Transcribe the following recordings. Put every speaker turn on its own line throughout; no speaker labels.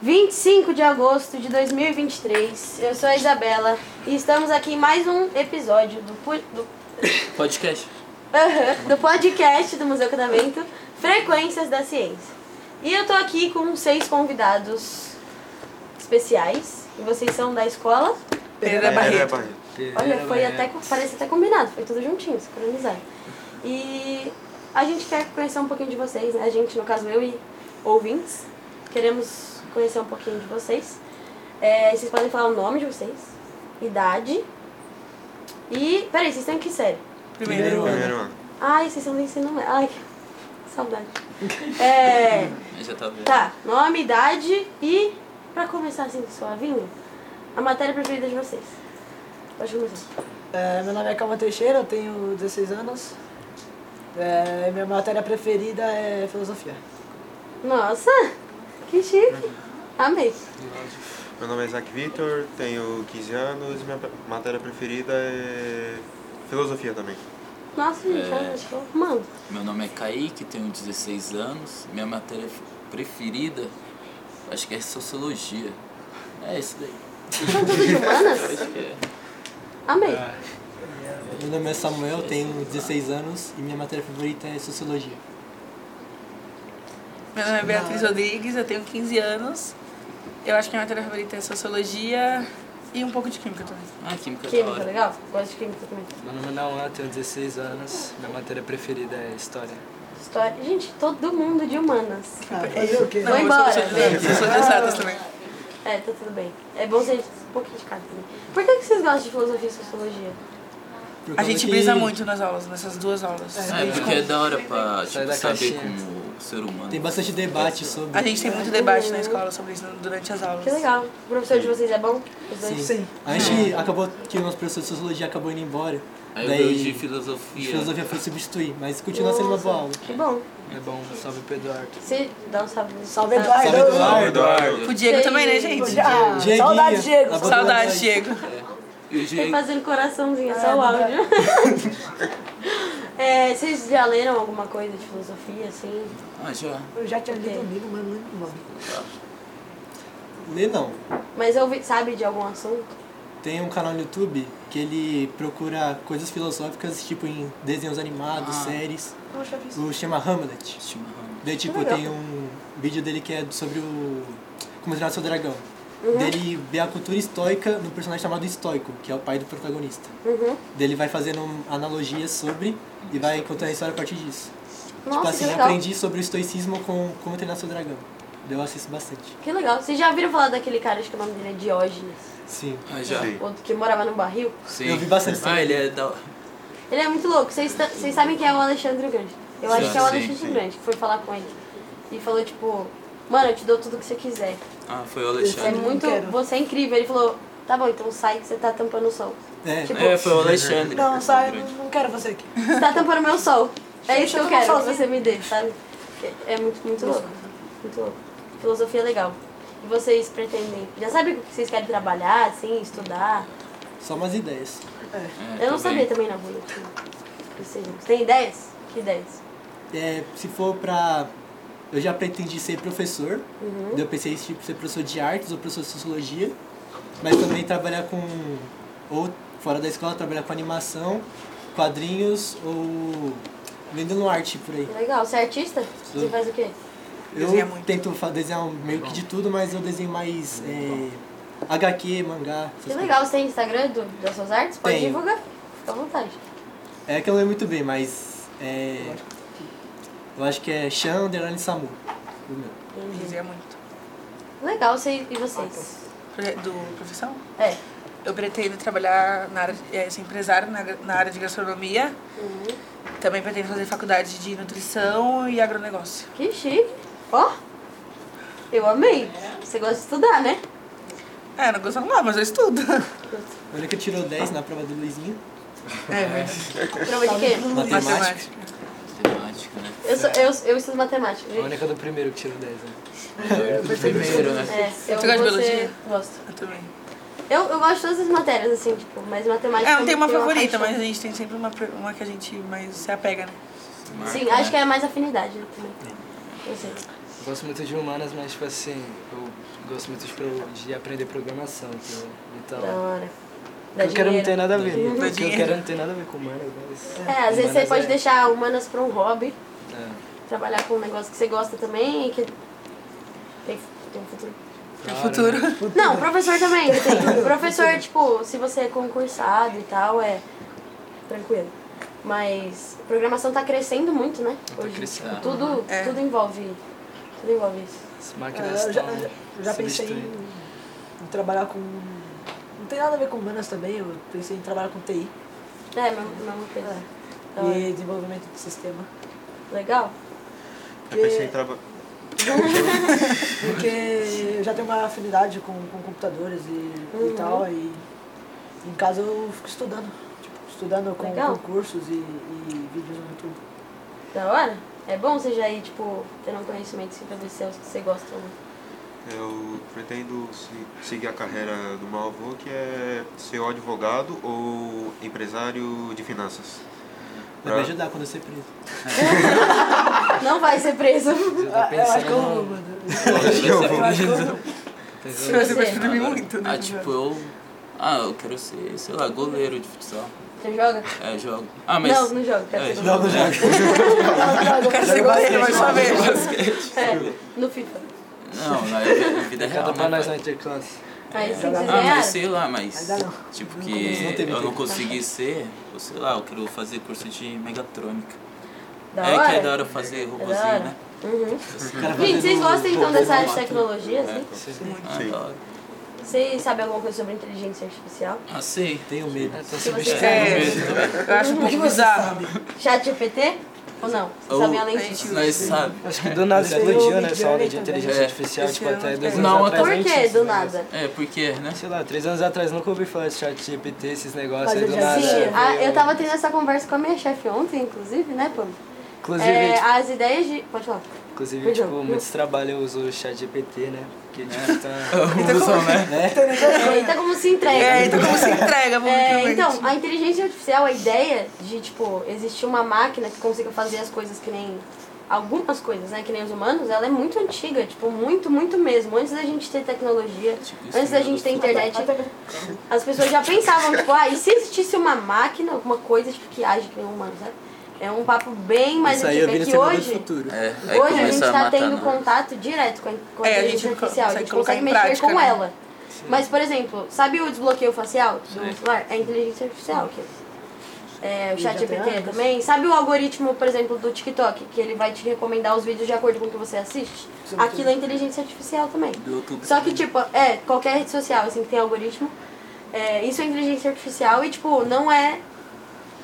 25 de agosto de 2023, eu sou a Isabela e estamos aqui em mais um episódio do, pu- do,
Podcast.
do podcast do Museu Catavento, Frequências da Ciência. E eu tô aqui com seis convidados especiais, e vocês são da escola.
Pereira É, Barreto.
Olha, foi até, co- parece até combinado, foi tudo juntinho, sincronizado. E a gente quer conhecer um pouquinho de vocês, né? A gente, no caso eu e ouvintes, queremos conhecer um pouquinho de vocês. É, vocês podem falar o nome de vocês, idade. E. Peraí, vocês têm que série?
Primeiro ano.
Primeiro
ano.
ano.
Primeiro
Primeiro
Ai, vocês são do ensino médio. Ai, que saudade. É,
Já tá vendo.
tá, nome, idade e. Pra começar assim, suavinho, a matéria preferida de vocês. Pode começar.
É, meu nome é Calma Teixeira, eu tenho 16 anos. É, minha matéria preferida é filosofia.
Nossa, que chique. Amei.
Meu nome é Isaac Vitor, tenho 15 anos e minha matéria preferida é filosofia também.
Nossa, gente,
É.
olha, acho que eu mando.
Meu nome é Kaique, tenho 16 anos. Minha matéria preferida, acho que é sociologia. É isso daí.
São tudo de humanas?
Acho que é.
Amei.
Meu nome é Samuel, tenho 16 anos e minha matéria favorita é Sociologia.
Meu nome é Beatriz Rodrigues, eu tenho 15 anos. Eu acho que minha matéria favorita é Sociologia e um pouco de Química também.
Ah, química, da
Química, né?
hora.
legal? Gosto de química também.
Meu nome é Nauan, tenho 16 anos, minha matéria preferida é História.
História. Gente, todo mundo de humanas.
Ah,
fazer o quê?
Vou embora, gente.
Eu sou de exatas também.
É, tá tudo bem. É bom ser um pouquinho de cada também. Por que, que vocês gostam de filosofia e sociologia?
Por
A
causa
gente
que-
brisa muito nas aulas, nessas duas aulas.
Ah, é porque é da hora pra
Sai
tipo,
da
saber
caixinha.
como o ser humano.
Tem bastante debate sobre.
A gente tem muito debate na escola sobre isso durante as aulas.
Que legal. O professor de vocês é bom? Os dois?
Sim. A gente acabou que o nosso professor de Sociologia acabou indo embora.
é. Aí eu
Daí
vejo de
a
filosofia.
filosofia foi substituir, mas continua sendo uma boa aula.
Que bom.
É bom, salve Pedro Arthur.
Se dá um salve.
Salve,
Eduardo.
Salve
Eduardo.
Eduardo.
Eduardo.
O Diego
Sei.
também, né, gente?
Ah,
Dieguinho.
saudade, Diego.
Tá bom.
Saudade, Diego.
E o
Fiquei
Diego.
fazendo coraçãozinho, só o áudio. É, vocês já leram alguma coisa de filosofia, assim?
Ah, já.
Eu já tinha
Ok.
lido o livro, mas não lembro o nome.
Lê não.
Mas ouvi, sabe de algum assunto?
Tem um canal no YouTube que ele procura coisas filosóficas, tipo em desenhos animados,
Ah.
séries.
Poxa, eu fiz.
O chama Hamlet.
Chimarrão.
Daí, tipo,
legal.
tem um vídeo dele que é sobre o. Como treinar seu dragão.
Uhum.
Dele vê a cultura estoica no personagem chamado Estoico, que é o pai do protagonista.
Uhum.
Daí ele vai fazendo analogias sobre e vai contando a história a partir disso. tipo
Nossa,
assim,
que legal.
aprendi sobre o estoicismo com como treinar seu dragão. Daí eu assisto bastante.
Que legal. Vocês já viram falar daquele cara, acho que o nome dele é Diógenes,
Sim.
Ah, já.
Sim.
outro que morava num barril?
Sim.
Eu vi bastante
Ah,
também.
ele é da hora.
Ele é muito louco. Vocês ta- vocês sabem quem é o Alexandre o Grande? Eu acho
Sim,
que é o
sim,
Alexandre o
sim.
Grande que foi falar com ele. E falou, tipo, mano, eu te dou tudo que você quiser.
Ah, foi o
Você é
Alexandre.
muito.
quero.
Você é incrível. Ele falou, tá bom, então sai que você tá tampando o sol.
É,
Tipo,
É, foi o Alexandre.
Não, sai,
Grande.
não, não quero você aqui.
Você tá tampando meu sol. É isso que
Deixa eu
eu
tomar
quero que
solzinho.
você me dê, sabe? É é muito, muito louco. Muito louco. Filosofia é legal. E vocês pretendem. Já sabe o que vocês querem trabalhar, assim, estudar?
só umas ideias.
É,
Eu não sabia
também.
também na bolha. que- que seja. Você tem ideias? Que ideias?
É, se for pra. Eu já pretendi ser professor. Daí eu pensei tipo, ser professor de artes ou professor de sociologia. Mas também trabalhar com. Ou fora da escola, trabalhar com animação, quadrinhos ou. Vendendo arte por aí.
Legal. Você é artista? Você
Sim.
faz o quê?
Desenha
Eu
muito.
tento fa- desenhar um- meio que de tudo, mas eu desenho mais é, HQ, mangá. essas
Que
coisas.
legal. Você tem Instagram do, das suas artes? Pode
Tenho.
divulgar. Fica à vontade.
É que eu não lembro muito bem, mas. É, eu acho que é Chan Underline Samu. o meu.
Dizia muito.
Legal. Você, e vocês?
Proje- Do profissão?
É.
Eu pretendo trabalhar na área, eh, ser empresário na, na área de gastronomia.
Uhum.
Também pretendo fazer faculdade de nutrição e agronegócio.
Que chique. Ó. Eu amei. Você gosta de estudar, né?
É, não gosto não, mas eu estudo.
Olha que eu tirou 10 na prova do Luizinho.
É verdade.
Prova de quê?
Matemática.
Temática, né?
Eu, sou, eu, eu estudo matemática, gente.
única do primeiro que tirou 10, né?
Primeiro, né?
É, eu
Você gosta de
vou ser-
biologia?
Gosto.
Eu também.
Eu, eu gosto de todas as matérias, assim, tipo, mas matemática.
É, não
é
tem uma
muito meu
favorita, mas
paixão.
a gente tem sempre uma, pre- uma que a gente mais se apega, né?
Sim, acho que é mais afinidade, né? Também. Eu sei.
Eu gosto muito de humanas, mas tipo assim, eu gosto muito de, pro- de aprender programação, entendeu? Então.
Da hora.
o que eu quero não tem nada a ver.
Uhum.
O que eu
dinheiro.
quero não tem nada a ver com humanas, mas.
É, às vezes você
humanas
pode
é-
deixar humanas pra um hobby,
é.
trabalhar com um negócio que você gosta também e que tem, tem um futuro.
Pro futuro.
Não, professor também. Tem. professor, tipo, se você é concursado e tal, é tranquilo. Mas programação tá crescendo muito, né?
Tá crescendo.
Tipo, Tudo,
É.
tudo envolve. Tudo envolve isso.
As
Ah,
máquinas
eu já,
estão.
eu já pensei em,
substituindo.
em trabalhar com. Não tem nada a ver com humanas também, eu pensei em trabalhar com TI
É, mesma, mesma coisa. Da hora.
É. e desenvolvimento de sistema.
Legal?
Eu pensei em traba-
Porque eu já tenho uma afinidade com, com computadores e,
Uhum.
e tal, e em casa eu fico estudando. Tipo, estudando com,
Legal.
com cursos e, e vídeos no YouTube.
Da hora? É bom você já ir, tipo, tendo um conhecimento assim, pra ver se é os que você gosta ou não.
Eu pretendo se- seguir a carreira do meu avô, que é ser ou advogado ou empresário de finanças.
Vai me ajudar quando eu ser preso.
Não vai ser preso.
Eu tô
Ah, eu acho que eu
pensando.
Eu acho que eu-
Se
pensando-
você vai dormir muito, né?
Ah, tipo, eu. Ah, eu quero ser, sei lá, goleiro de futsal.
Você joga?
É, jogo. Ah, mas.
Não, não joga. Quero
É,
ser
Não, não joga.
eu quero ser goleiro, mas só vejo.
É, no FIFA.
Não, na na vida real.
Cada
Né,
pra nós na
pai?
interclasse.
Aí sim, vocês
ah, mas
ganharam.
sei lá, mas.
Ainda não.
Tipo,
não
que
teve
eu não
tempo.
consegui ser, ou sei lá, eu quero fazer curso de megatrônica.
Da
é
hora?
que é da hora fazer robozinho,
hora.
né?
Uhum.
O cara
Gente,
fazendo-
vocês gostam então dessa área de
formato.
tecnologia, assim?
Ah,
Sim.
da hora.
Vocês sabem alguma coisa sobre inteligência artificial?
Ah, sei.
Tenho medo.
É, tão
Se você-
substituindo.
É, eu acho um pouco bizarro.
Chat GPT? Ou não? Vocês
Ou-
sabem além disso?
Nós sabe.
Acho que do nada explodiu, né? Essa aula de
É.
inteligência artificial, tipo, até dois
Não,
anos atrás.
outra-
Por
nem
que
tinha
do
esse negócio.
nada?
É, porque, né?
Sei lá, três anos atrás nunca ouvi falar de chat GPT, esses negócios
Mas
aí
eu
do
já
nada.
vi.
Sim, a-
veio-
Ah,
um
eu tava tendo essa conversa com a minha chefe ontem, inclusive, né, Pam?
Inclusive,
É,
tipo,
as ideias de. Pode falar.
inclusive
Perdão.
tipo, muitos trabalhos usam o chat GPT, né? Porque,
É.
tipo, tá...
Usam,
é?
né?
Eita, como se entrega.
É, então como se entrega
É,
publicamente?
então, a inteligência artificial, a ideia de, tipo, existir uma máquina que consiga fazer as coisas que nem. Algumas coisas, né? Que nem os humanos, ela é muito antiga, tipo, muito, muito mesmo. Antes da gente ter tecnologia, antes da gente ter internet, as pessoas já pensavam, tipo, ah, e se existisse uma máquina, alguma coisa tipo, que age que nem um humano, sabe? É um papo bem mais
Isso aí eu
antigo.
vi
É
no
que
Senador do
hoje.
Futuro.
É, aí
Hoje a gente
começa a
está
matar.
tendo
né?
contato direto com a, com a
É, a
inteligência
gente
artificial. A
consegue
gente
colocar
consegue
em
mexer
prática,
com
né?
ela. Mas, por exemplo, sabe o desbloqueio facial do celular? É a inteligência artificial. Que é, o chat GPT também. Sabe o algoritmo, por exemplo, do TikTok? Que ele vai te recomendar os vídeos de acordo com o que você assiste? Aquilo é inteligência artificial também.
Do YouTube.
Só que, tipo, é, qualquer rede social, assim, que tem algoritmo, é, isso é inteligência artificial e, tipo, não é...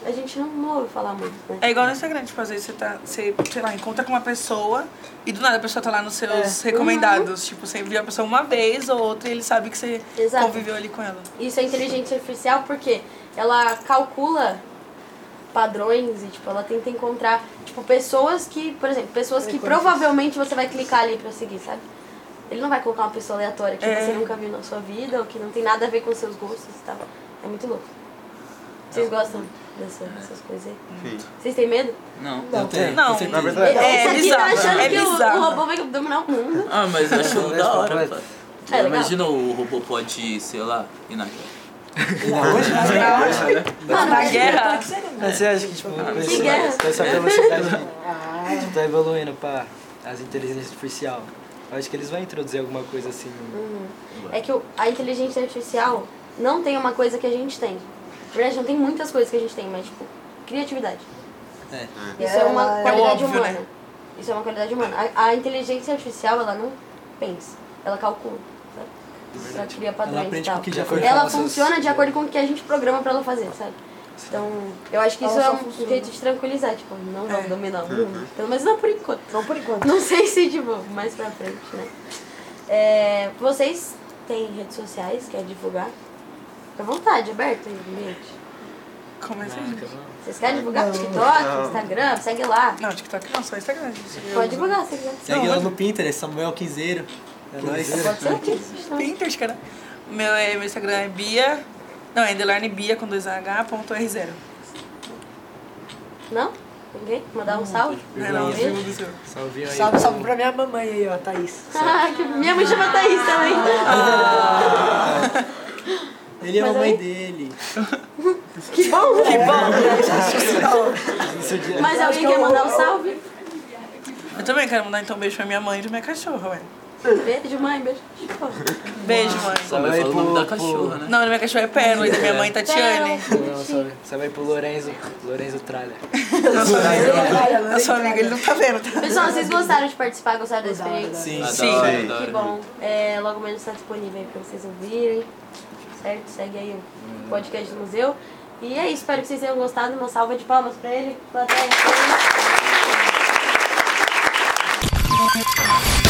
A gente não, não ouve falar muito, né?
É igual no Instagram, tipo, às vezes você tá, você, sei lá, encontra com uma pessoa e do nada a pessoa tá lá nos seus recomendados. Tipo, você viu a pessoa uma vez ou outra e ele sabe que você
Exato.
conviveu ali com ela.
Isso é inteligência artificial porque ela calcula padrões e tipo ela tenta encontrar tipo pessoas que, por exemplo, pessoas que provavelmente você vai clicar ali pra seguir, sabe? Ele não vai colocar uma pessoa aleatória que
É.
você nunca viu na sua vida ou que não tem nada a ver com seus gostos e tal. É muito louco. Vocês gostam dessa- dessas coisas aí?
Hum.
Sim.
Vocês têm medo?
Não.
Não tenho.
Não.
com certeza.
Na verdade,
É,
Esse
é
aqui tá
bizarro,
achando
é
que o,
bizarro.
o robô vai dominar o mundo.
Ah, mas
É,
eu acho da hora, pai.
É, legal.
Imagina o robô pode, sei lá, ir na guerra.
Mano,
Na
mas-
guerra,
Mas você acha que, tipo, com esse-
guerra. Ah.
com essa velocidade que tipo, tá evoluindo pra as inteligências artificial, eu acho que eles vão introduzir alguma coisa assim.
é que o- a inteligência artificial não tem uma coisa que a gente tem. Na verdade, não tem muitas coisas que a gente tem, mas, tipo, criatividade. Isso é, uma
É
qualidade
óbvio,
humana.
né?
Isso é uma qualidade humana. A, a inteligência artificial, ela não pensa, ela calcula. sabe? Ela cria padrões e
aprende
tal.
com o que já foi
ela
falado, essas-
funciona de acordo com o que a gente programa pra ela fazer, sabe? Então, eu acho que isso
Ela
é
só
um
funciona.
jeito de tranquilizar, tipo, não vamos dominar o mundo. Pelo menos não por enquanto.
Não por enquanto.
Não sei se, tipo, mais pra frente, né? É, vocês têm redes sociais, quer divulgar? Fica à vontade, aberto aí, ambiente.
começa aí.
Vocês querem divulgar TikTok,
Não.
Instagram? Segue lá.
Não, TikTok não, só Instagram, gente. Eu-
Pode divulgar, se quiser.
Segue lá no Pinterest, Samuel Quinzeiro. É nóis.
Pode ser o Pinterest. também.
Pinterest, cara. Meu, é- meu Instagram é Bia. Não, é underline Bia com 2H.R0.
Não? Ninguém? Mandar um salve?
Não, é não,
Beijo.
segundo seu.
Salve aí.
Salve, salve pra minha mamãe aí, ó, Thaís.
Ah, que minha mãe chama Thaís também.
Ele é a
Mas
mãe
aí-
dele.
Que bom, né?
É.
Isso de-
Mas alguém quer mandar um salve?
Eu também quero mandar então um beijo pra minha mãe e pra minha cachorra, ué.
Beijo, mãe. Beijo.
Beijo, mãe.
Sabe,
Vai
fala o nome
pro-
da cachorra, né?
Não, minha cachorra é Pérola e da minha mãe Tatiane.
Não, salve. Salve aí pro Lorenzo. Lorenzo Tralha.
Eu sou amiga, ele não tá vendo, tá?
Pessoal, vocês gostaram de participar? Gostaram da experiência?
Sim.
Ah,
Sim.
da hora, da
Que
hora.
bom. É, logo menos está disponível aí pra vocês ouvirem. Certo? Segue aí
Hum.
o podcast do museu. E é isso, espero que vocês tenham gostado. Uma salva de palmas pra ele. Plateia.